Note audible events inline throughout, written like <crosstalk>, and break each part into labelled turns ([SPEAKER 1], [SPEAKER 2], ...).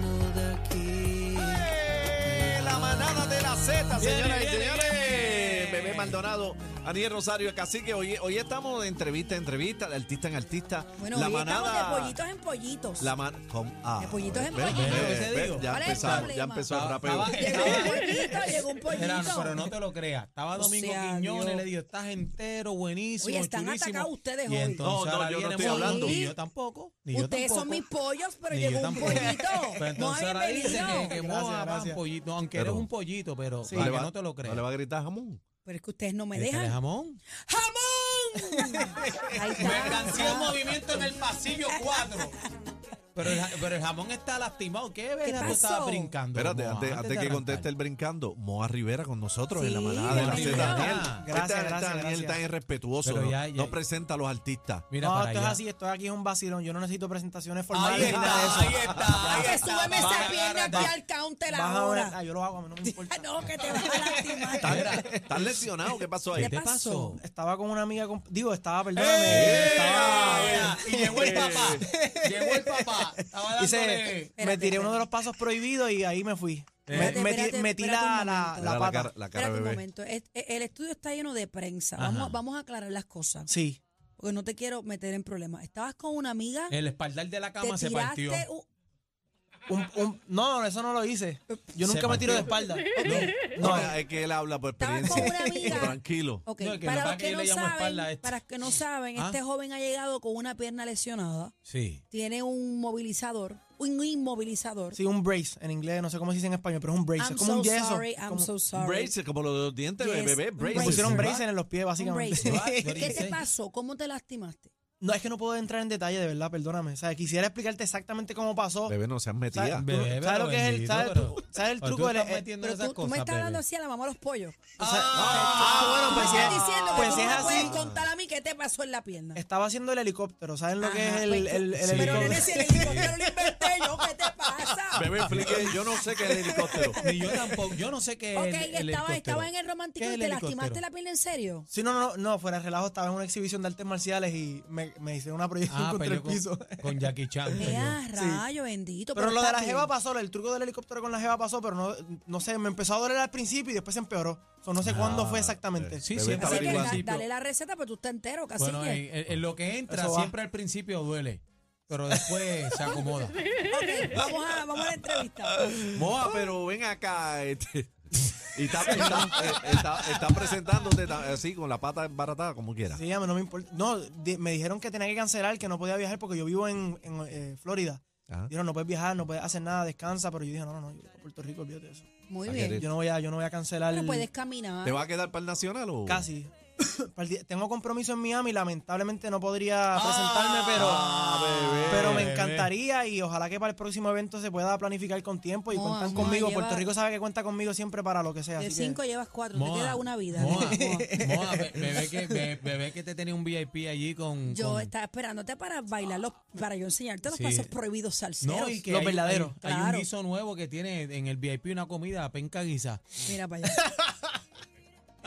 [SPEAKER 1] ¡Eh! La manada de la Z, señoras y señores. Bebé Maldonado, Aniel Rosario, Cacique. Hoy, hoy estamos de entrevista en entrevista, de artista en artista.
[SPEAKER 2] Bueno,
[SPEAKER 1] la
[SPEAKER 2] hoy
[SPEAKER 1] manada.
[SPEAKER 2] estamos de pollitos en pollitos.
[SPEAKER 1] La man ¿Cómo? Ah,
[SPEAKER 2] De pollitos en
[SPEAKER 1] ve, ve,
[SPEAKER 2] pollitos.
[SPEAKER 1] ve,
[SPEAKER 2] ¿Qué te
[SPEAKER 1] ve,
[SPEAKER 3] digo?
[SPEAKER 1] Ya
[SPEAKER 2] ¿Cuál es el
[SPEAKER 1] empezamos, ya
[SPEAKER 2] problema?
[SPEAKER 1] empezó el
[SPEAKER 3] Estaba-
[SPEAKER 1] rapeo.
[SPEAKER 2] Llegó un pollito, llegó un
[SPEAKER 3] Era,
[SPEAKER 2] pollito.
[SPEAKER 3] pero no te lo creas. Estaba
[SPEAKER 2] O
[SPEAKER 3] Domingo
[SPEAKER 2] sea,
[SPEAKER 3] Quiñones,
[SPEAKER 2] Dios.
[SPEAKER 3] le dijo, estás entero, buenísimo.
[SPEAKER 2] Oye, están
[SPEAKER 3] chulísimo".
[SPEAKER 2] atacados ustedes
[SPEAKER 3] Y
[SPEAKER 2] hoy.
[SPEAKER 3] entonces
[SPEAKER 1] No, no,
[SPEAKER 3] ahora
[SPEAKER 1] yo no
[SPEAKER 3] viene
[SPEAKER 1] estoy
[SPEAKER 3] Molusco.
[SPEAKER 2] hablando.
[SPEAKER 3] Y yo tampoco. Ni yo
[SPEAKER 2] Ustedes son
[SPEAKER 3] tampoco.
[SPEAKER 2] mis pollos, pero
[SPEAKER 3] Ni
[SPEAKER 2] llegó
[SPEAKER 3] yo
[SPEAKER 2] un
[SPEAKER 3] tampoco.
[SPEAKER 2] pollito.
[SPEAKER 3] <laughs> Pero entonces
[SPEAKER 2] no
[SPEAKER 3] ahora
[SPEAKER 2] hay
[SPEAKER 3] dice que, que
[SPEAKER 2] bienvenido.
[SPEAKER 3] moja
[SPEAKER 4] Gracias,
[SPEAKER 3] pan,
[SPEAKER 4] gracias.
[SPEAKER 3] pollito. Aunque
[SPEAKER 1] Pero-
[SPEAKER 3] eres un pollito, pero
[SPEAKER 1] No
[SPEAKER 3] para que
[SPEAKER 1] le va-
[SPEAKER 3] no te lo creas.
[SPEAKER 1] No le va a gritar jamón.
[SPEAKER 2] Pero es que ustedes no me
[SPEAKER 3] Este
[SPEAKER 2] dejan.
[SPEAKER 3] es jamón. <laughs>
[SPEAKER 2] ¡Jamón! Ahí está.
[SPEAKER 3] movimiento en el pasillo 4. Pero el, ja- pero el jamón está lastimado. ¿Qué verga tú
[SPEAKER 2] pasó?
[SPEAKER 3] estabas brincando?
[SPEAKER 1] Espérate,
[SPEAKER 3] Moa,
[SPEAKER 1] antes, antes
[SPEAKER 3] de
[SPEAKER 1] que
[SPEAKER 3] arrancar.
[SPEAKER 1] conteste el brincando, Moa Rivera con nosotros en la
[SPEAKER 2] Sí,
[SPEAKER 1] manada de la
[SPEAKER 2] Moa
[SPEAKER 1] Z.
[SPEAKER 2] Rivera.
[SPEAKER 1] Daniel,
[SPEAKER 4] Gracias,
[SPEAKER 1] este- este
[SPEAKER 4] gracias,
[SPEAKER 1] Daniel
[SPEAKER 4] gracias.
[SPEAKER 1] tan irrespetuoso.
[SPEAKER 3] Pero
[SPEAKER 1] no-
[SPEAKER 3] ya-
[SPEAKER 1] no
[SPEAKER 3] ya-
[SPEAKER 1] presenta a los artistas.
[SPEAKER 3] Mira
[SPEAKER 4] no,
[SPEAKER 3] para
[SPEAKER 4] esto es
[SPEAKER 3] allá.
[SPEAKER 4] así, esto aquí es un vacilón. Yo no necesito presentaciones formales. ni nada de eso.
[SPEAKER 3] ahí está,
[SPEAKER 2] Ah, que súbeme
[SPEAKER 3] Baja,
[SPEAKER 2] esa pierna
[SPEAKER 3] baja,
[SPEAKER 2] aquí al counter
[SPEAKER 4] Baja ahora.
[SPEAKER 2] ahora.
[SPEAKER 4] Ah, yo lo hago, a mí no
[SPEAKER 3] <laughs>
[SPEAKER 4] me importa.
[SPEAKER 2] No, que te vas a lastimar.
[SPEAKER 1] ¿Estás lesionado? ¿Qué pasó ahí?
[SPEAKER 3] ¿Qué te pasó?
[SPEAKER 4] Estaba con una amiga, con- digo, estaba, perdóname.
[SPEAKER 3] Ah,
[SPEAKER 4] Estaba,
[SPEAKER 3] ¡Eh! ya. Y llegó el papá. Llegó el papá. Estaba
[SPEAKER 2] <laughs>
[SPEAKER 3] dándole- Eh.
[SPEAKER 4] hice, me tiré uno de los pasos prohibidos y ahí me fui. Me-
[SPEAKER 2] Espérate,
[SPEAKER 4] me-
[SPEAKER 2] espérate, espérate
[SPEAKER 4] Metí
[SPEAKER 2] un
[SPEAKER 4] la,
[SPEAKER 2] momento.
[SPEAKER 4] la- la
[SPEAKER 1] Mira la cara,
[SPEAKER 4] pata.
[SPEAKER 1] la cara
[SPEAKER 2] Espérate un
[SPEAKER 1] bebé.
[SPEAKER 2] momento. Es- e- El estudio está lleno de prensa. Vamos, vamos a aclarar las cosas.
[SPEAKER 4] Sí.
[SPEAKER 2] Porque no te quiero meter en problemas. Estabas con una amiga.
[SPEAKER 3] El espaldar de la
[SPEAKER 2] Te
[SPEAKER 3] cama se partió.
[SPEAKER 2] tiraste. un-
[SPEAKER 4] Un- un- no, eso no lo hice. Yo
[SPEAKER 3] Se
[SPEAKER 4] nunca me tiro de
[SPEAKER 3] partió.
[SPEAKER 4] espalda.
[SPEAKER 3] <laughs>
[SPEAKER 1] No,
[SPEAKER 4] No, eh,
[SPEAKER 1] es que él habla por
[SPEAKER 2] Estaba
[SPEAKER 1] experiencia.
[SPEAKER 2] con una amiga.
[SPEAKER 1] Tranquilo.
[SPEAKER 2] Ok,
[SPEAKER 3] No, es que
[SPEAKER 2] para,
[SPEAKER 3] lo
[SPEAKER 2] los
[SPEAKER 3] que
[SPEAKER 2] que
[SPEAKER 3] yo
[SPEAKER 2] no
[SPEAKER 3] le llamo espalda a
[SPEAKER 2] saben,
[SPEAKER 3] este.
[SPEAKER 2] para los que no saben,
[SPEAKER 3] ¿Ah?
[SPEAKER 2] este joven ha llegado con una pierna lesionada,
[SPEAKER 3] Sí.
[SPEAKER 2] tiene un movilizador, un inmovilizador.
[SPEAKER 4] Sí, un brace. En inglés, no sé cómo se dice en español, pero es un brace.
[SPEAKER 2] I'm
[SPEAKER 4] es como
[SPEAKER 2] so
[SPEAKER 4] un yeso.
[SPEAKER 2] sorry, I'm
[SPEAKER 4] como-
[SPEAKER 2] so sorry.
[SPEAKER 1] Braces, como los de los dientes,
[SPEAKER 2] Yes,
[SPEAKER 1] bebé, braces.
[SPEAKER 2] un brace.
[SPEAKER 4] pusieron
[SPEAKER 2] ¿verdad?
[SPEAKER 4] brace en los pies,
[SPEAKER 2] Un
[SPEAKER 4] básicamente.
[SPEAKER 2] brace.
[SPEAKER 4] <laughs>
[SPEAKER 3] What do
[SPEAKER 2] ¿Qué
[SPEAKER 3] you
[SPEAKER 2] te
[SPEAKER 3] say?
[SPEAKER 2] pasó? ¿Cómo te lastimaste?
[SPEAKER 4] No, es que no puedo entrar en detalle, de verdad, perdóname. O sea, quisiera explicarte exactamente cómo pasó.
[SPEAKER 1] Ah. Bebé, no seas
[SPEAKER 4] ¿Sabes,
[SPEAKER 1] metida.
[SPEAKER 4] tú-
[SPEAKER 3] Bebé,
[SPEAKER 4] ¿sabes
[SPEAKER 3] pero
[SPEAKER 4] lo que es el,
[SPEAKER 3] bendito,
[SPEAKER 4] sabes,
[SPEAKER 3] pero-
[SPEAKER 4] tú- sabes el
[SPEAKER 3] Pero tú
[SPEAKER 4] truco? del-
[SPEAKER 3] estás
[SPEAKER 4] eh,
[SPEAKER 3] metiendo
[SPEAKER 2] Pero
[SPEAKER 3] esas
[SPEAKER 2] tú, tú me
[SPEAKER 3] cosas,
[SPEAKER 2] estás hablando
[SPEAKER 3] bebé.
[SPEAKER 2] así a la mamá de los pollos.
[SPEAKER 4] o sea, ah,
[SPEAKER 2] Tú me estás diciendo que
[SPEAKER 4] bueno, pues, es,
[SPEAKER 2] tú
[SPEAKER 4] pues
[SPEAKER 2] no
[SPEAKER 4] es
[SPEAKER 2] me puedes
[SPEAKER 4] así.
[SPEAKER 2] contar a mí qué te pasó en la pierna.
[SPEAKER 4] Estaba haciendo el helicóptero, ¿saben lo que es
[SPEAKER 2] Ajá,
[SPEAKER 4] el,
[SPEAKER 2] pues,
[SPEAKER 4] el, el
[SPEAKER 2] tú- Pero nene,
[SPEAKER 4] helicóptero?
[SPEAKER 2] si
[SPEAKER 3] <laughs>
[SPEAKER 2] el helicóptero lo inventé yo, ¿qué te pasa?
[SPEAKER 1] Bebé, <laughs> explique, yo no sé qué es el <laughs> helicóptero.
[SPEAKER 3] Ni yo tampoco. Yo no sé qué es
[SPEAKER 2] ok,
[SPEAKER 3] el- el
[SPEAKER 2] estaba,
[SPEAKER 3] helicóptero.
[SPEAKER 2] estaba en el romántico
[SPEAKER 3] ¿Qué es
[SPEAKER 2] y
[SPEAKER 3] el
[SPEAKER 2] te
[SPEAKER 3] helicóptero?
[SPEAKER 2] lastimaste la pierna en serio.
[SPEAKER 4] <laughs> Sí, no, no, no, no, fuera de relajo, estaba en una exhibición de artes marciales y me, me hicieron una proyección
[SPEAKER 2] <laughs>
[SPEAKER 3] Ah,
[SPEAKER 4] contra
[SPEAKER 3] peleó
[SPEAKER 4] el
[SPEAKER 3] con,
[SPEAKER 4] piso. <laughs>
[SPEAKER 3] con Jackie Chan. pues peleó.
[SPEAKER 2] Ea, rayo bendito.
[SPEAKER 4] Pero lo de
[SPEAKER 2] está
[SPEAKER 4] la
[SPEAKER 2] bien.
[SPEAKER 4] jeva pasó, el truco del helicóptero con la jeva pasó, pero no, no sé, me empezó a doler al principio y después se empeoró. O sea, no sé cuándo fue exactamente.
[SPEAKER 3] Ah, Sí,
[SPEAKER 1] Bebé,
[SPEAKER 3] siempre
[SPEAKER 1] está
[SPEAKER 2] Así
[SPEAKER 3] al
[SPEAKER 2] que da-
[SPEAKER 1] averiguando.
[SPEAKER 3] principio.
[SPEAKER 2] dale la receta, pero tú estás entero, casi
[SPEAKER 3] Bueno,
[SPEAKER 2] que-
[SPEAKER 3] en, en- en lo que entra,
[SPEAKER 4] Eso va.
[SPEAKER 3] siempre al principio duele. Pero después se
[SPEAKER 2] <laughs>
[SPEAKER 3] acomoda.
[SPEAKER 2] Ok, vamos a, vamos a la entrevista.
[SPEAKER 1] Moa, pero ven acá. Este. Y está, está, eh, está- está presentándote ta- así, con la pata embaratada, como quieras.
[SPEAKER 4] Sí, a mí no me importa. No, di- me dijeron que tenía que cancelar, que no podía viajar porque yo vivo en, en, eh, Florida.
[SPEAKER 1] Ajá.
[SPEAKER 4] Dijeron, no puedes viajar, no puedes hacer nada, descansa. Pero yo dije, no, no, no, yo voy a Puerto Rico, olvídate de eso.
[SPEAKER 2] Muy
[SPEAKER 1] Está
[SPEAKER 2] bien.
[SPEAKER 1] querido.
[SPEAKER 4] Yo no voy a, yo no voy a cancelar
[SPEAKER 2] Pero puedes
[SPEAKER 1] ¿Te
[SPEAKER 2] caminar.
[SPEAKER 1] va a quedar para el nacional o?
[SPEAKER 4] casi. Para el día- Tengo compromiso en Miami, lamentablemente no podría presentarme, pero,
[SPEAKER 1] bebé,
[SPEAKER 4] pero me
[SPEAKER 3] bebé.
[SPEAKER 4] encantaría y ojalá que para el próximo evento se pueda planificar con tiempo y
[SPEAKER 2] Moa,
[SPEAKER 4] cuentan
[SPEAKER 2] Moa,
[SPEAKER 4] conmigo.
[SPEAKER 2] lleva-
[SPEAKER 4] Puerto Rico sabe que cuenta conmigo siempre para lo que sea.
[SPEAKER 2] De
[SPEAKER 4] así que-
[SPEAKER 2] cinco llevas cuatro,
[SPEAKER 3] Moa,
[SPEAKER 2] te queda una vida.
[SPEAKER 3] <laughs> Moa,
[SPEAKER 2] Moa.
[SPEAKER 3] Moa, be- bebé, que, be- bebé que te tenía un VIP allí con.
[SPEAKER 2] Yo
[SPEAKER 3] con-
[SPEAKER 2] estaba esperándote para bailar, los, para yo enseñarte los
[SPEAKER 3] Sí.
[SPEAKER 2] pasos prohibidos salseros.
[SPEAKER 3] No, y que
[SPEAKER 4] Los
[SPEAKER 3] hay-
[SPEAKER 4] verdaderos.
[SPEAKER 3] Hay, hay
[SPEAKER 2] Claro.
[SPEAKER 3] un guiso nuevo que tiene en el VIP una comida penca guisa.
[SPEAKER 2] Mira para allá.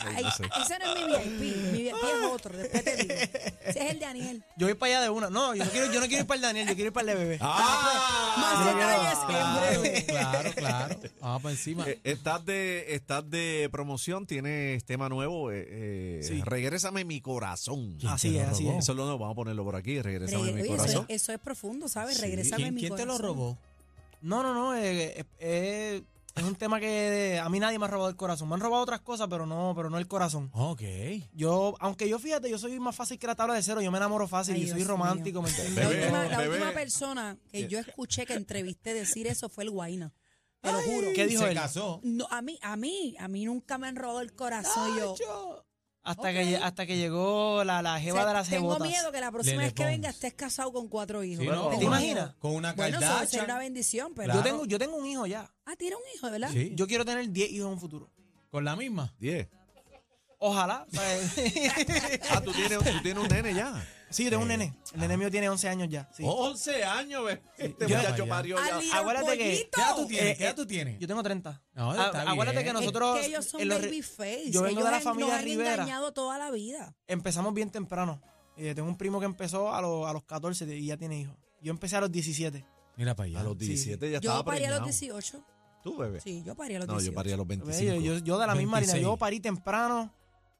[SPEAKER 2] Ay, ese no es mi VIP, mi VIP es otro, después te digo. Ese es el de Aniel.
[SPEAKER 4] Yo voy para allá de una. No, yo no quiero, yo no quiero ir para el Daniel, yo quiero ir para el de
[SPEAKER 1] Ah,
[SPEAKER 4] bebé.
[SPEAKER 2] Más
[SPEAKER 4] no,
[SPEAKER 2] detalles en
[SPEAKER 3] Claro,
[SPEAKER 2] breve.
[SPEAKER 3] claro, claro. Vamos para encima.
[SPEAKER 1] Eh, Estás de, estás de promoción, tienes tema nuevo. Eh, eh,
[SPEAKER 4] Sí.
[SPEAKER 1] Regrésame mi corazón.
[SPEAKER 4] ¿Quién Así te lo es, así robó? es.
[SPEAKER 1] Eso es lo nuevo, vamos a ponerlo por aquí. Regrésame
[SPEAKER 2] Regre-
[SPEAKER 1] mi
[SPEAKER 2] Oye, eso,
[SPEAKER 1] corazón.
[SPEAKER 2] es, eso es profundo, ¿sabes?
[SPEAKER 1] Sí.
[SPEAKER 2] Regresame
[SPEAKER 3] ¿Quién,
[SPEAKER 2] mi
[SPEAKER 3] quién te
[SPEAKER 2] corazón.
[SPEAKER 3] lo robó?
[SPEAKER 4] No, no, no. eh, eh, eh, Es un tema que a mí nadie me ha robado el corazón. Me han robado otras cosas, pero no, pero no el corazón.
[SPEAKER 3] Ok.
[SPEAKER 4] Yo, aunque yo fíjate, yo soy más fácil que la tabla de cero, yo me enamoro fácil
[SPEAKER 2] Ay,
[SPEAKER 4] y soy
[SPEAKER 2] Dios
[SPEAKER 4] romántico, ¿me entiendes?
[SPEAKER 2] La
[SPEAKER 1] Bebé,
[SPEAKER 2] última, la
[SPEAKER 1] bebé.
[SPEAKER 2] última persona que yo escuché que entrevisté decir eso fue el Guaina. Te lo juro.
[SPEAKER 4] ¿Qué dijo
[SPEAKER 3] Se
[SPEAKER 4] él?
[SPEAKER 3] casó.
[SPEAKER 2] No, a mí, a mí, a mí nunca me han robado el corazón. yo,
[SPEAKER 4] Hasta, que, lle- hasta que llegó la, la
[SPEAKER 2] O
[SPEAKER 4] jeva
[SPEAKER 2] sea,
[SPEAKER 4] de las
[SPEAKER 2] tengo
[SPEAKER 4] jebotas.
[SPEAKER 2] miedo que la próxima
[SPEAKER 3] Lele
[SPEAKER 2] vez que
[SPEAKER 3] Pons.
[SPEAKER 2] venga estés casado con cuatro hijos.
[SPEAKER 3] Sí, no,
[SPEAKER 2] Tengo
[SPEAKER 3] con
[SPEAKER 4] ¿Te
[SPEAKER 2] miedo.
[SPEAKER 4] imaginas?
[SPEAKER 3] Con una
[SPEAKER 2] Bueno, eso va a ser
[SPEAKER 3] Kardashian.
[SPEAKER 2] una bendición, pero.
[SPEAKER 4] Yo,
[SPEAKER 3] Claro.
[SPEAKER 4] tengo, yo tengo un hijo ya.
[SPEAKER 2] Ah, tiene un hijo, ¿verdad?
[SPEAKER 3] Sí.
[SPEAKER 4] Yo quiero tener 10 hijos en un futuro.
[SPEAKER 3] Con la misma.
[SPEAKER 1] 10.
[SPEAKER 4] Ojalá.
[SPEAKER 3] <laughs>
[SPEAKER 4] ¿sabes?
[SPEAKER 1] Ah, tú tienes, tú tienes un nene ya.
[SPEAKER 4] sí, yo tengo un nene. El nene mío tiene 11 años ya. sí.
[SPEAKER 3] Oh.
[SPEAKER 1] 11 años, ve. Este
[SPEAKER 3] Yo-
[SPEAKER 1] muchacho
[SPEAKER 3] ya.
[SPEAKER 1] parió ya.
[SPEAKER 2] Al líder
[SPEAKER 4] acuérdate que-
[SPEAKER 2] pollito.
[SPEAKER 3] ¿Qué edad tú
[SPEAKER 4] Eh,
[SPEAKER 3] tienes? ¿Qué
[SPEAKER 4] eh,
[SPEAKER 3] edad tú tienes?
[SPEAKER 4] Yo tengo 30.
[SPEAKER 3] No,
[SPEAKER 4] A-
[SPEAKER 3] está
[SPEAKER 4] acuérdate
[SPEAKER 3] bien.
[SPEAKER 4] que
[SPEAKER 3] Es
[SPEAKER 4] nosotros.
[SPEAKER 2] es que ellos son
[SPEAKER 4] en los re-
[SPEAKER 2] baby face.
[SPEAKER 4] Yo vengo
[SPEAKER 2] ellos
[SPEAKER 4] de la
[SPEAKER 2] han-
[SPEAKER 4] familia
[SPEAKER 2] nos han
[SPEAKER 4] Rivera.
[SPEAKER 2] engañado toda la vida.
[SPEAKER 4] Empezamos bien temprano. Eh, tengo un primo que empezó a, los- a los 14 y ya tiene hijos. Yo empecé a los 17.
[SPEAKER 3] Mira para allá.
[SPEAKER 1] A los 17 ya
[SPEAKER 2] Yo
[SPEAKER 1] estaba
[SPEAKER 2] parí a los
[SPEAKER 1] preñado.
[SPEAKER 2] 18.
[SPEAKER 1] Tú, bebé.
[SPEAKER 2] Sí, yo parí a los
[SPEAKER 1] no,
[SPEAKER 2] 18.
[SPEAKER 1] yo parí a los
[SPEAKER 4] Ve,
[SPEAKER 1] 25.
[SPEAKER 4] Yo, yo- yo de la misma harina.
[SPEAKER 3] 26.
[SPEAKER 4] Yo parí temprano.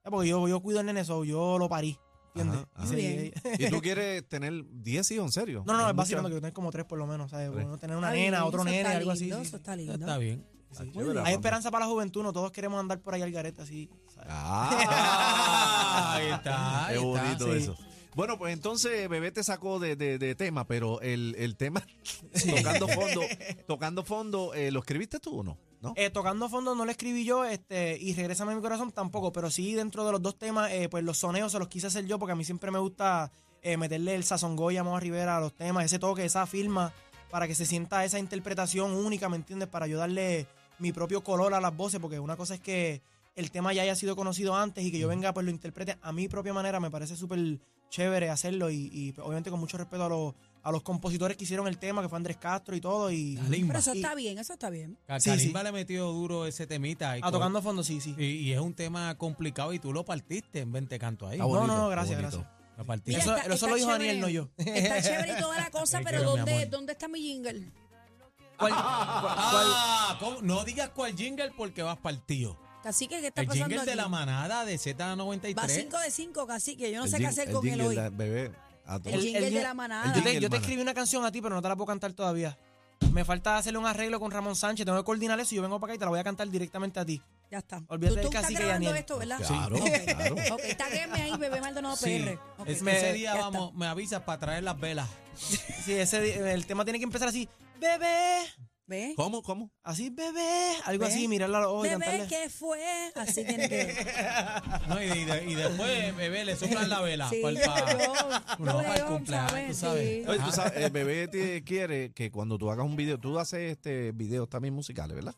[SPEAKER 4] eh, Porque yo, yo cuido al nene, so yo lo parí. ¿Entiendes?
[SPEAKER 1] Ajá,
[SPEAKER 4] Y
[SPEAKER 1] ajá.
[SPEAKER 4] se-
[SPEAKER 1] ¿Y tú quieres tener 10 hijos en serio?
[SPEAKER 4] No, no,
[SPEAKER 1] Hay
[SPEAKER 4] es vacilando que
[SPEAKER 1] mucha-
[SPEAKER 4] yo tengo como tres por lo menos. ¿sabes?
[SPEAKER 1] Tres.
[SPEAKER 4] Uno tener una
[SPEAKER 2] Está
[SPEAKER 4] nena,
[SPEAKER 2] bien,
[SPEAKER 4] otro
[SPEAKER 2] eso está
[SPEAKER 4] nene, algo así.
[SPEAKER 2] lindo,
[SPEAKER 4] sí,
[SPEAKER 2] Eso
[SPEAKER 4] sí.
[SPEAKER 2] está lindo.
[SPEAKER 3] Está bien.
[SPEAKER 1] Ah,
[SPEAKER 4] Sí.
[SPEAKER 1] chévere,
[SPEAKER 4] Hay
[SPEAKER 1] mami.
[SPEAKER 4] esperanza para la juventud, no todos queremos andar por ahí al garete así. ¿sabes?
[SPEAKER 1] Ah,
[SPEAKER 3] Ahí está, ahí
[SPEAKER 1] Qué
[SPEAKER 3] está.
[SPEAKER 1] bonito
[SPEAKER 4] Sí.
[SPEAKER 1] eso. Bueno, pues entonces Bebé te sacó de, de- de tema, pero el, el tema <laughs> tocando fondo, tocando fondo, eh, ¿lo escribiste tú o no? ¿No?
[SPEAKER 4] Eh, tocando fondo no lo escribí yo, este, y Regrésame a mi corazón tampoco, pero sí dentro de los dos temas, eh, pues los soneos se los quise hacer yo porque a mí siempre me gusta eh, meterle el sazón Goya, Moa Rivera a los temas, ese toque, esa firma, para que se sienta esa interpretación única, ¿me entiendes? Para yo darle mi propio color a las voces, porque una cosa es que el tema ya haya sido conocido antes y que yo venga, pues lo interprete a mi propia manera, me parece súper chévere hacerlo y, y, pues, obviamente con mucho respeto a los, a los compositores que hicieron el tema, que fue Andrés Castro y todo, y...
[SPEAKER 3] Kalimba.
[SPEAKER 2] Pero eso
[SPEAKER 4] Y-
[SPEAKER 2] está bien, eso está bien.
[SPEAKER 3] Ca-
[SPEAKER 4] Sí, sí.
[SPEAKER 3] Kalimba le metió duro ese temita. ahí
[SPEAKER 4] A
[SPEAKER 3] con-
[SPEAKER 4] tocando fondo, sí, sí.
[SPEAKER 3] Y, y es un tema complicado y tú lo partiste en 20 cantos ahí.
[SPEAKER 1] Ah, bonito,
[SPEAKER 4] no, no, gracias,
[SPEAKER 1] bonito.
[SPEAKER 4] gracias.
[SPEAKER 3] Lo partiste.
[SPEAKER 2] Mira,
[SPEAKER 4] eso
[SPEAKER 2] está-
[SPEAKER 4] eso
[SPEAKER 2] está
[SPEAKER 4] lo dijo
[SPEAKER 2] chévere.
[SPEAKER 4] Daniel, no yo.
[SPEAKER 2] Está chévere y toda la cosa,
[SPEAKER 3] Te
[SPEAKER 2] pero
[SPEAKER 3] quiero, mi
[SPEAKER 2] ¿dónde,
[SPEAKER 3] amor.
[SPEAKER 2] ¿dónde está mi jingle?
[SPEAKER 4] ¿Cuál- cuál- cuál-
[SPEAKER 3] Ah, ¿cómo? no digas cuál jingle porque vas partido.
[SPEAKER 2] Cacique, ¿qué está
[SPEAKER 3] El
[SPEAKER 2] pasando
[SPEAKER 3] jingle
[SPEAKER 2] aquí?
[SPEAKER 3] de la manada de
[SPEAKER 2] Va
[SPEAKER 3] Z93.
[SPEAKER 2] 5 de 5, cacique. Yo no
[SPEAKER 1] El
[SPEAKER 2] sé qué
[SPEAKER 1] jing-
[SPEAKER 2] hacer
[SPEAKER 1] el
[SPEAKER 2] con él
[SPEAKER 1] jingle,
[SPEAKER 2] hoy.
[SPEAKER 1] la- Bebé, a todos.
[SPEAKER 2] El jingle
[SPEAKER 4] el-
[SPEAKER 2] de la manada.
[SPEAKER 4] yo, te,
[SPEAKER 1] jingle,
[SPEAKER 4] yo te
[SPEAKER 1] hermana.
[SPEAKER 4] escribí una canción a ti, pero no te la puedo cantar todavía. Me falta hacerle un arreglo con Ramón Sánchez. Tengo que coordinar eso y yo vengo para acá y te la voy a cantar directamente a ti.
[SPEAKER 2] Ya está.
[SPEAKER 4] Olvídate
[SPEAKER 2] tú
[SPEAKER 4] del
[SPEAKER 2] tú estás
[SPEAKER 4] cacique y
[SPEAKER 2] grabando
[SPEAKER 4] Daniel.
[SPEAKER 2] esto, ¿verdad?
[SPEAKER 1] Claro,
[SPEAKER 2] Ok,
[SPEAKER 1] claro.
[SPEAKER 2] Ok, taguéme ahí, bebé Maldonado
[SPEAKER 3] Sí.
[SPEAKER 2] PR. Ok,
[SPEAKER 3] Es-
[SPEAKER 4] Me-
[SPEAKER 3] ese día
[SPEAKER 2] ya
[SPEAKER 3] vamos, me avisas para traer las velas.
[SPEAKER 4] Sí, ese, di- el tema tiene que empezar así, bebé,
[SPEAKER 2] ¿Ve?
[SPEAKER 1] ¿Cómo? ¿Cómo?
[SPEAKER 4] así, bebé, algo
[SPEAKER 2] ¿Ve?
[SPEAKER 4] así, mirarla a los ojos y
[SPEAKER 2] Bebé,
[SPEAKER 4] cantarle.
[SPEAKER 2] ¿qué fue? Así tiene que.
[SPEAKER 3] No, y, de- y de- y
[SPEAKER 2] <laughs>
[SPEAKER 3] después, bebé, le soplan la vela.
[SPEAKER 2] Sí,
[SPEAKER 3] pa'l-
[SPEAKER 2] <laughs>
[SPEAKER 3] pa-
[SPEAKER 2] yo-
[SPEAKER 3] no,
[SPEAKER 2] yo
[SPEAKER 3] para el
[SPEAKER 2] veo,
[SPEAKER 3] cumpleaños, tú
[SPEAKER 2] ¿sabes?
[SPEAKER 3] sabes.
[SPEAKER 2] Sí.
[SPEAKER 1] Oye, tú sabes, el bebé te quiere que cuando tú hagas un video, tú haces este videos también musicales, ¿verdad?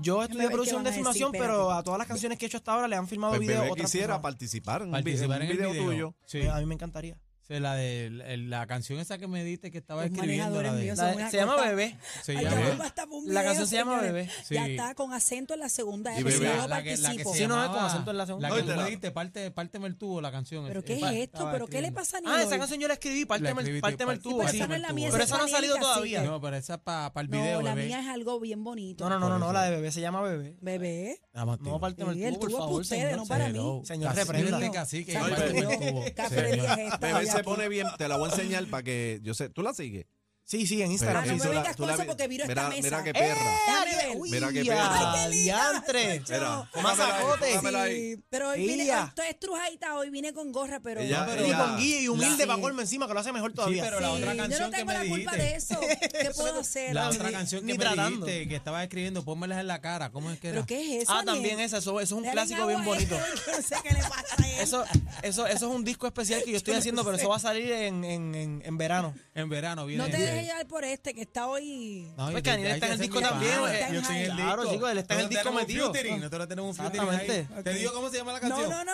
[SPEAKER 4] Yo
[SPEAKER 2] Bebé,
[SPEAKER 4] estudié
[SPEAKER 2] ¿qué
[SPEAKER 4] producción
[SPEAKER 2] van a
[SPEAKER 4] de
[SPEAKER 2] decir?
[SPEAKER 4] filmación, pero
[SPEAKER 2] Espérate.
[SPEAKER 4] a todas las canciones que he hecho hasta ahora le han filmado
[SPEAKER 1] el
[SPEAKER 4] videos
[SPEAKER 1] Pues bebé
[SPEAKER 4] otras
[SPEAKER 1] quisiera
[SPEAKER 4] personas. Pues
[SPEAKER 1] participar en un, vi-
[SPEAKER 3] Participar
[SPEAKER 1] en
[SPEAKER 3] en
[SPEAKER 1] un
[SPEAKER 3] el
[SPEAKER 1] video,
[SPEAKER 3] video.
[SPEAKER 1] tuyo.
[SPEAKER 3] Sí.
[SPEAKER 4] A mí me encantaría.
[SPEAKER 3] Sí, la de la, la canción esa que me diste que estaba
[SPEAKER 2] Los
[SPEAKER 3] escribiendo. La
[SPEAKER 2] manejadores
[SPEAKER 3] de,
[SPEAKER 2] míos. Eso
[SPEAKER 4] La-
[SPEAKER 2] es una
[SPEAKER 4] se llama
[SPEAKER 2] cosa-
[SPEAKER 4] Bebé.
[SPEAKER 3] se
[SPEAKER 2] Ay,
[SPEAKER 3] llama-
[SPEAKER 2] ya vuelvo hasta un
[SPEAKER 4] La
[SPEAKER 2] video,
[SPEAKER 4] canción se llama
[SPEAKER 2] señores.
[SPEAKER 4] Bebé.
[SPEAKER 3] Sí.
[SPEAKER 2] Ya está con acento en la segunda.
[SPEAKER 1] Y
[SPEAKER 2] F, si
[SPEAKER 1] bebé,
[SPEAKER 2] yo no participo.
[SPEAKER 4] se Sí, no, es con acento en la segunda.
[SPEAKER 3] La que
[SPEAKER 1] Oye,
[SPEAKER 3] tú me
[SPEAKER 1] la-
[SPEAKER 3] diste, parte, párteme el tubo, la canción.
[SPEAKER 2] ¿Pero
[SPEAKER 3] Eh,
[SPEAKER 2] qué
[SPEAKER 3] pa-
[SPEAKER 2] es esto?
[SPEAKER 4] Estaba
[SPEAKER 2] ¿Pero qué le
[SPEAKER 4] escribiendo.
[SPEAKER 2] pasa a Nilo
[SPEAKER 4] Ah, esa
[SPEAKER 2] hoy?
[SPEAKER 4] canción yo la escribí,
[SPEAKER 3] La
[SPEAKER 4] párteme, el-
[SPEAKER 3] escribiste,
[SPEAKER 4] párteme el
[SPEAKER 3] parte-
[SPEAKER 4] tubo.
[SPEAKER 2] pero
[SPEAKER 4] sí.
[SPEAKER 2] esa no es la mía,
[SPEAKER 4] Pero
[SPEAKER 2] esa
[SPEAKER 4] esa no ha
[SPEAKER 2] es la
[SPEAKER 4] salido
[SPEAKER 2] lírica,
[SPEAKER 4] todavía.
[SPEAKER 2] sí.
[SPEAKER 3] No, pero esa es para el
[SPEAKER 2] No,
[SPEAKER 3] video,
[SPEAKER 2] la
[SPEAKER 3] bebé.
[SPEAKER 2] mía es algo bien bonito.
[SPEAKER 4] No, no, no, no, no,
[SPEAKER 3] eso.
[SPEAKER 4] la de bebé se llama bebé.
[SPEAKER 2] Bebé.
[SPEAKER 3] Vamos,
[SPEAKER 4] No, parte
[SPEAKER 2] Sí,
[SPEAKER 4] el
[SPEAKER 2] el
[SPEAKER 4] tubo,
[SPEAKER 2] tubo
[SPEAKER 4] por
[SPEAKER 2] es para
[SPEAKER 4] favor,
[SPEAKER 2] ustedes,
[SPEAKER 4] señor.
[SPEAKER 2] no para mí.
[SPEAKER 4] Señor,
[SPEAKER 3] Cacique,
[SPEAKER 4] reprenda.
[SPEAKER 3] vete, cacique,
[SPEAKER 2] Santo
[SPEAKER 1] Bebé,
[SPEAKER 3] párteme el
[SPEAKER 2] Dios,
[SPEAKER 3] tubo.
[SPEAKER 2] ¿qué
[SPEAKER 3] Sí.
[SPEAKER 2] aprendí es esta,
[SPEAKER 1] Bebé se
[SPEAKER 2] bellaco?
[SPEAKER 1] pone bien, te la voy a enseñar para que yo sé, tú la sigues.
[SPEAKER 4] Sí, sí, en
[SPEAKER 2] Ah,
[SPEAKER 4] Instagram.
[SPEAKER 2] no me
[SPEAKER 1] Mira,
[SPEAKER 4] sí,
[SPEAKER 1] tú la-
[SPEAKER 2] vengas
[SPEAKER 1] tú
[SPEAKER 2] con
[SPEAKER 1] la
[SPEAKER 2] eso
[SPEAKER 1] vi-
[SPEAKER 2] porque viro esta
[SPEAKER 1] mira-
[SPEAKER 2] mesa.
[SPEAKER 1] mira qué
[SPEAKER 4] sí.
[SPEAKER 1] perra.
[SPEAKER 2] Déjame ver.
[SPEAKER 4] Uy,
[SPEAKER 1] Mira qué
[SPEAKER 4] ya,
[SPEAKER 1] perra.
[SPEAKER 2] Ay, qué linda,
[SPEAKER 4] diantre.
[SPEAKER 2] Nacho. Mira,
[SPEAKER 4] Más
[SPEAKER 1] cómela ahí,
[SPEAKER 4] zacote.
[SPEAKER 1] cómela ahí.
[SPEAKER 2] Sí, pero hoy vine,
[SPEAKER 4] Ella.
[SPEAKER 2] hoy estoy estrujadita, hoy vine con gorra, pero...
[SPEAKER 1] Ella-
[SPEAKER 2] No, pero-
[SPEAKER 4] Y
[SPEAKER 1] ella-
[SPEAKER 4] con guía y humilde
[SPEAKER 2] Sí.
[SPEAKER 4] para colmo encima, que lo hace mejor todavía.
[SPEAKER 3] pero la
[SPEAKER 2] Sí,
[SPEAKER 3] otra
[SPEAKER 2] yo
[SPEAKER 3] canción
[SPEAKER 2] no
[SPEAKER 3] que
[SPEAKER 2] tengo
[SPEAKER 3] me
[SPEAKER 2] la culpa
[SPEAKER 3] dijiste.
[SPEAKER 2] de eso. ¿Qué puedo hacer?
[SPEAKER 3] La
[SPEAKER 4] Ni-
[SPEAKER 3] otra canción que
[SPEAKER 4] ni
[SPEAKER 3] me
[SPEAKER 4] tratando.
[SPEAKER 3] dijiste, que estaba escribiendo, pónmelas en la cara. ¿Cómo es que era?
[SPEAKER 2] ¿Pero qué es eso?
[SPEAKER 4] Ah, también
[SPEAKER 2] eso
[SPEAKER 4] esa, eso, eso es un clásico bien bonito.
[SPEAKER 2] <laughs> no sé qué le pasa a él.
[SPEAKER 4] Eso, eso, eso es un disco especial que yo estoy haciendo, pero eso va a salir en, en, en, en verano.
[SPEAKER 3] En verano viene.
[SPEAKER 2] No te dejes llevar por ese que está hoy...
[SPEAKER 3] No,
[SPEAKER 4] Pues
[SPEAKER 3] y
[SPEAKER 4] que
[SPEAKER 3] de-
[SPEAKER 4] Daniel está en
[SPEAKER 3] ay,
[SPEAKER 4] el
[SPEAKER 3] ese
[SPEAKER 4] disco
[SPEAKER 3] es mi
[SPEAKER 4] también,
[SPEAKER 3] pana,
[SPEAKER 4] eh,
[SPEAKER 3] yo estoy en el
[SPEAKER 4] claro,
[SPEAKER 3] disco.
[SPEAKER 4] chico, él está en el
[SPEAKER 3] Nosotros tenemos
[SPEAKER 4] disco
[SPEAKER 3] un
[SPEAKER 4] metido.
[SPEAKER 3] featuring, Nosotros tenemos un featuring
[SPEAKER 4] Exactamente.
[SPEAKER 3] ahí. ¿Te digo cómo se llama la
[SPEAKER 2] No,
[SPEAKER 3] canción?
[SPEAKER 2] no, no.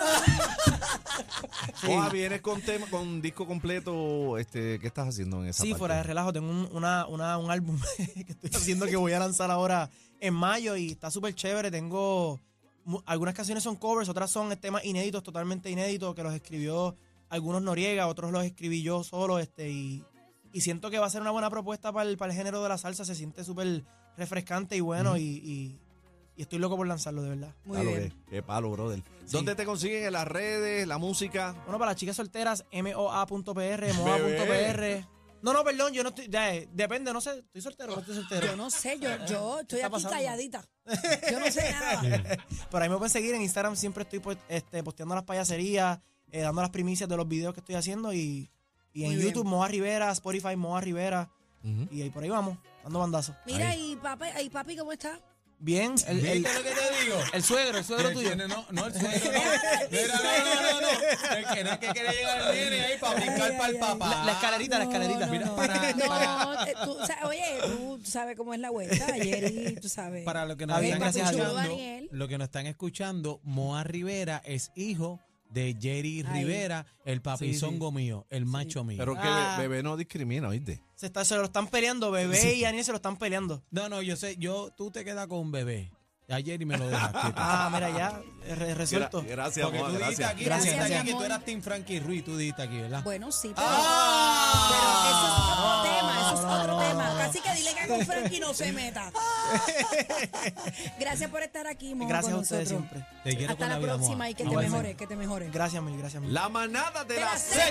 [SPEAKER 1] Oh, ah, vienes con tema, con disco completo, este, ¿qué estás haciendo en esa
[SPEAKER 4] Sí,
[SPEAKER 1] parte?
[SPEAKER 4] fuera de relajo, tengo un, una, una- un álbum <laughs> que estoy haciendo que voy a lanzar ahora en mayo y está súper chévere. Tengo mu- algunas canciones son covers, otras son temas inéditos, totalmente inéditos, que los escribió algunos Noriega, otros los escribí yo solo, este, y, y siento que va a ser una buena propuesta para el, para el género de la salsa. Se siente súper refrescante y bueno, y, y- y estoy loco por lanzarlo, de verdad.
[SPEAKER 2] Muy
[SPEAKER 1] Palo,
[SPEAKER 2] bien.
[SPEAKER 1] Qué, qué palo, brother. ¿Dónde te consiguen en las redes, la música?
[SPEAKER 4] Bueno, para las chicas solteras, moa.pr,
[SPEAKER 1] Bebé.
[SPEAKER 4] moa.pr. No, no, perdón, yo no estoy. ya, eh, depende, no sé. Estoy soltero, no estoy soltero.
[SPEAKER 2] Yo no sé, yo, yo estoy
[SPEAKER 4] está
[SPEAKER 2] aquí
[SPEAKER 4] pasando?
[SPEAKER 2] calladita. Yo no sé nada.
[SPEAKER 4] Pero ahí me pueden seguir en Instagram. Siempre estoy pues, este, posteando las payaserías, eh, dando las primicias de los videos que estoy haciendo. Y, y en
[SPEAKER 2] Muy bien.
[SPEAKER 4] YouTube, Moa Rivera, Spotify, Moa Rivera. Y ahí por ahí vamos, dando bandazos.
[SPEAKER 2] Mira, y papi, y papi, ¿cómo está?
[SPEAKER 4] Bien, el, el-
[SPEAKER 3] ¿Viste lo que te digo?
[SPEAKER 4] el suegro, el suegro
[SPEAKER 3] Que
[SPEAKER 4] tuyo.
[SPEAKER 3] tiene- no, no, el suegro no. Mira, no, no, no, no. El que no es que quiere llegar al nene ahí para brincar
[SPEAKER 2] ay,
[SPEAKER 3] para el
[SPEAKER 2] ay.
[SPEAKER 3] papá.
[SPEAKER 4] La, la escalerita, la
[SPEAKER 2] No,
[SPEAKER 4] escalerita.
[SPEAKER 2] no,
[SPEAKER 4] Mira,
[SPEAKER 2] no.
[SPEAKER 3] <laughs> para-
[SPEAKER 2] No,
[SPEAKER 3] para-
[SPEAKER 2] eh, tú sa- oye, tú sabes cómo es la vuelta ayer y tú sabes.
[SPEAKER 3] Para lo que
[SPEAKER 4] Está
[SPEAKER 3] nos
[SPEAKER 4] bien,
[SPEAKER 3] están
[SPEAKER 4] gracias a Dios.
[SPEAKER 3] escuchando,
[SPEAKER 2] Daniel.
[SPEAKER 3] lo que nos están escuchando, Moa Rivera es hijo de Jerry
[SPEAKER 2] Ay.
[SPEAKER 3] Rivera, el papizongo mío, el macho mío.
[SPEAKER 1] Pero que
[SPEAKER 4] Ah.
[SPEAKER 1] be- bebé no discrimina, ¿oíste?
[SPEAKER 4] Se, está- se lo están peleando, bebé y Aniel se lo están peleando.
[SPEAKER 3] no, no, yo sé, yo, tú te quedas con un bebé. A Jerry me lo dejas.
[SPEAKER 1] <laughs>
[SPEAKER 3] quieto.
[SPEAKER 4] Ah, mira, ya, eh, re-
[SPEAKER 1] Gra-
[SPEAKER 4] resuelto.
[SPEAKER 1] gracias,
[SPEAKER 3] Porque
[SPEAKER 1] Moa,
[SPEAKER 3] tú dijiste
[SPEAKER 1] gracias.
[SPEAKER 3] aquí,
[SPEAKER 4] Gracias,
[SPEAKER 3] tú dijiste
[SPEAKER 2] gracias.
[SPEAKER 3] aquí que tú eras Team Frankie Ruiz, tú dijiste aquí, ¿verdad?
[SPEAKER 2] Bueno, sí, pero,
[SPEAKER 3] Ah.
[SPEAKER 2] pero eso es otro tema, eso es otro tema. Así que dile que con Frankie no
[SPEAKER 3] <laughs>
[SPEAKER 2] se meta. Gracias por estar aquí, Mojo,
[SPEAKER 4] Gracias
[SPEAKER 2] con
[SPEAKER 4] a ustedes
[SPEAKER 2] nosotros.
[SPEAKER 4] siempre.
[SPEAKER 3] Te quiero
[SPEAKER 2] Hasta
[SPEAKER 3] con
[SPEAKER 2] la
[SPEAKER 3] vida,
[SPEAKER 2] próxima
[SPEAKER 3] Moa.
[SPEAKER 2] y que te
[SPEAKER 3] Igualmente.
[SPEAKER 2] mejore, que te mejore.
[SPEAKER 4] Gracias, mil, gracias, mil.
[SPEAKER 1] La manada de,
[SPEAKER 2] De
[SPEAKER 1] la,
[SPEAKER 2] la
[SPEAKER 1] Z.